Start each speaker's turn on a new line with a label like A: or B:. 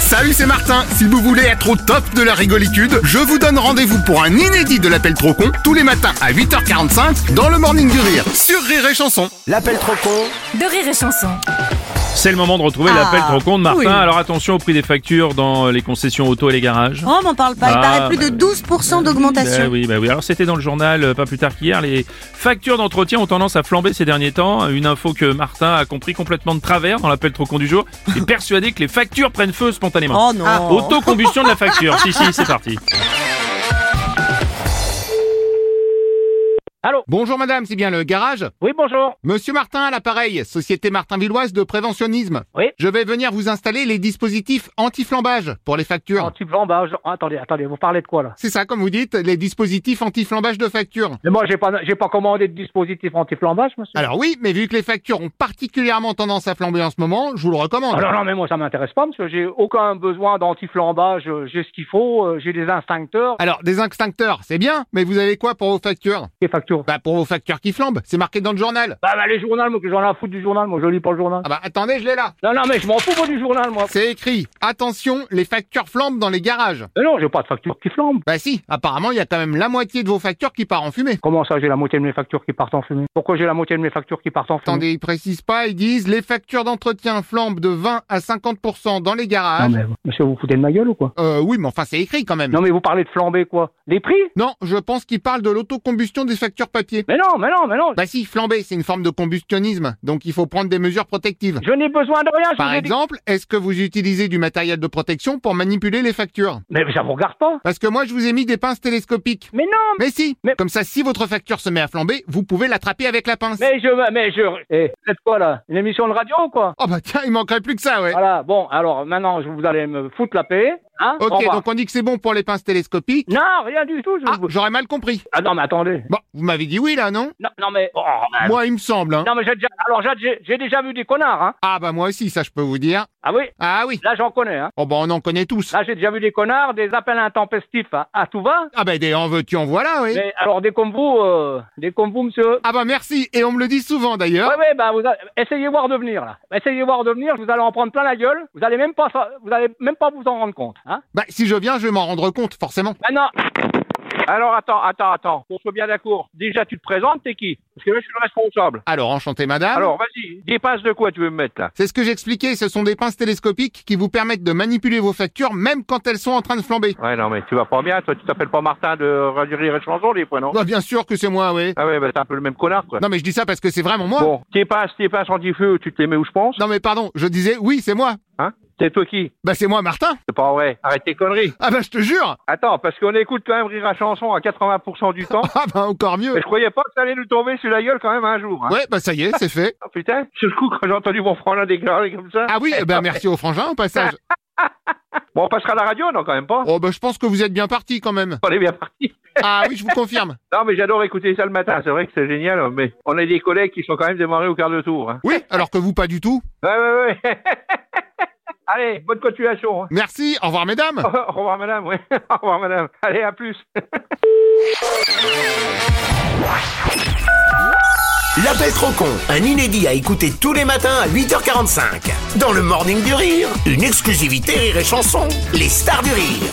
A: Salut, c'est Martin. Si vous voulez être au top de la rigolitude, je vous donne rendez-vous pour un inédit de l'appel trop con tous les matins à 8h45 dans le Morning du Rire sur Rire et Chanson.
B: L'appel trop con
C: de Rire et Chanson.
D: C'est le moment de retrouver
C: Ah,
D: l'appel trop con de Martin.
C: cool.
D: Alors attention au prix des factures dans les concessions auto et les garages.
C: Oh, m'en parle pas, il
D: Ah,
C: paraît plus
D: bah
C: de 12% d'augmentation.
D: Bah oui, bah oui. Alors c'était dans le journal euh, pas plus tard qu'hier. Les factures d'entretien ont tendance à flamber ces derniers temps. Une info que Martin a compris complètement de travers dans l'appel trop con du jour. Il est persuadé que les factures prennent feu spontanément.
C: Oh non.
D: Autocombustion de la facture. si, si, c'est parti.
A: Bonjour madame, c'est bien le garage
E: Oui, bonjour.
A: Monsieur Martin à l'appareil, Société Martin-Villoise de préventionnisme.
E: Oui.
A: Je vais venir vous installer les dispositifs anti-flambage pour les factures.
E: Anti-flambage. Ah, Attendez, attendez, vous parlez de quoi là
A: C'est ça, comme vous dites, les dispositifs anti-flambage de factures.
E: Mais moi, j'ai pas, j'ai pas commandé de dispositif anti-flambage, monsieur.
A: Alors oui, mais vu que les factures ont particulièrement tendance à flamber en ce moment, je vous le recommande.
E: Ah non, non, mais moi, ça m'intéresse pas, monsieur. J'ai aucun besoin d'anti-flambage. Euh, J'ai ce qu'il faut. euh, J'ai des instincteurs.
A: Alors, des extincteurs, c'est bien, mais vous avez quoi pour vos factures
E: Des factures.
A: Bah, pour vos factures qui flambent, c'est marqué dans le journal.
E: Bah, bah, les journaux, moi, que j'en ai à foutre du journal. Moi, je lis pas le journal.
A: Ah bah, attendez, je l'ai là.
E: Non, non, mais je m'en fous, moi, du journal, moi.
A: C'est écrit, attention, les factures flambent dans les garages.
E: Mais non, j'ai pas de factures qui flambent.
A: Bah si, apparemment, il y a quand même la moitié de vos factures qui part en fumée.
E: Comment ça, j'ai la moitié de mes factures qui partent en fumée Pourquoi j'ai la moitié de mes factures qui partent en fumée
A: Attendez, ils précisent pas, ils disent, les factures d'entretien flambent de 20 à 50% dans les
E: Non,
A: garages.
E: Ah, mais monsieur, vous vous foutez de ma gueule ou quoi
A: Euh, oui, mais enfin, c'est écrit quand même.
E: Non, mais vous parlez de flamber, quoi Les prix
A: Non, je pense qu'ils parlent de l'autocombustion des factures papier.
E: Mais non, mais non, mais non.
A: Bah si, flamber, c'est une forme de combustionnisme, donc il faut prendre des mesures protectives.
E: Je n'ai besoin de rien, je
A: Par
E: vous ai dit-
A: exemple, est-ce que vous utilisez du matériel de protection pour manipuler les factures
E: Mais ça vous regarde pas.
A: Parce que moi, je vous ai mis des pinces télescopiques.
E: Mais non,
A: Mais si
E: Mais-
A: Comme ça, si votre facture se met à flamber, vous pouvez l'attraper avec la pince.
E: Mais je, mais je, eh, vous êtes quoi là Une émission de radio ou quoi
A: Oh bah tiens, il manquerait plus que ça, ouais.
E: Voilà, bon, alors maintenant, je vous allez me foutre la paix, hein Au
A: ok,
E: revoir.
A: donc on dit que c'est bon pour les pinces télescopiques.
E: Non, rien du tout, je
A: Ah,
E: vous...
A: j'aurais mal compris.
E: Ah non, mais attendez.
A: Bon, vous m'avez dit oui, là, non
E: Non, non mais... oh, ben,
A: Moi, il me semble, hein.
E: Non mais j'ai déjà... Alors j'ai- j'ai j'ai déjà vu des connards, hein
A: Ah bah moi aussi, ça je peux vous dire.
E: Ah oui
A: Ah oui.
E: Là, j'en connais, hein
A: Oh bah on en connaît tous.
E: Là, j'ai déjà vu des connards, des appels intempestifs hein, à tout va.
A: Ah bah des en veux-tu, en voilà, oui.
E: Mais alors, des comme vous, euh, des comme vous, monsieur...
A: Ah bah merci, et on me le dit souvent d'ailleurs.
E: Ouais, ouais, bah, vous a- essayez voir de venir, là. Essayez voir de venir, vous allez en prendre plein la gueule. Vous allez même pas, sa- vous allez même pas vous en rendre compte, hein
A: Bah si je viens, je vais m'en rendre compte, forcément.
E: Ah non Alors attends, attends, attends, qu'on soit bien d'accord. Déjà, tu te présentes, t'es qui Parce que là, je suis le responsable.
A: Alors, enchanté madame.
E: Alors, vas-y, dépasse de quoi tu veux me mettre là
A: C'est ce que j'expliquais, ce sont des pinces télescopiques qui vous permettent de manipuler vos factures même quand elles sont en train de flamber.
E: Ouais, non, mais tu vas pas bien, toi, tu t'appelles pas Martin de Radio Rire et Chanson, des fois, non
A: Bah bien sûr que c'est moi, oui.
E: Ah ouais, bah t'es un peu le même connard, quoi.
A: Non mais je dis ça parce que c'est vraiment moi.
E: Bon, dépasse, dépasse anti-feu, tu te les mets où je pense
A: Non mais pardon, je disais oui, c'est moi.
E: Hein C'est toi qui
A: Bah c'est moi Martin.
E: C'est pas vrai, arrête tes conneries.
A: Ah bah je te jure.
E: Attends, parce qu'on écoute quand même Rire à Chanson à 80% du temps.
A: Ah bah encore mieux.
E: Mais je croyais pas que ça allait nous tomber sur la gueule quand même un jour. Hein.
A: Ouais, bah ça y est, c'est fait.
E: Oh, putain, sur le coup, quand j'ai entendu mon frangin déclarer comme ça.
A: Ah oui, eh ben merci au frangin au passage.
E: Bon, on passera à la radio, non, quand même pas.
A: Oh bah je pense que vous êtes bien parti quand même.
E: On est bien parti.
A: Ah oui, je vous confirme.
E: Non, mais j'adore écouter ça le matin. C'est vrai que c'est génial, hein, mais on a des collègues qui sont quand même démarrés au quart de tour. hein.
A: Oui, alors que vous pas du tout.
E: Ouais, ouais, ouais. Allez, bonne continuation. hein.
A: Merci, au revoir mesdames.
E: Au revoir, madame. ouais. Au revoir, madame. Allez, à plus.
B: L'appel trop con, un inédit à écouter tous les matins à 8h45. Dans le Morning du Rire, une exclusivité Rire et Chanson, les stars du rire.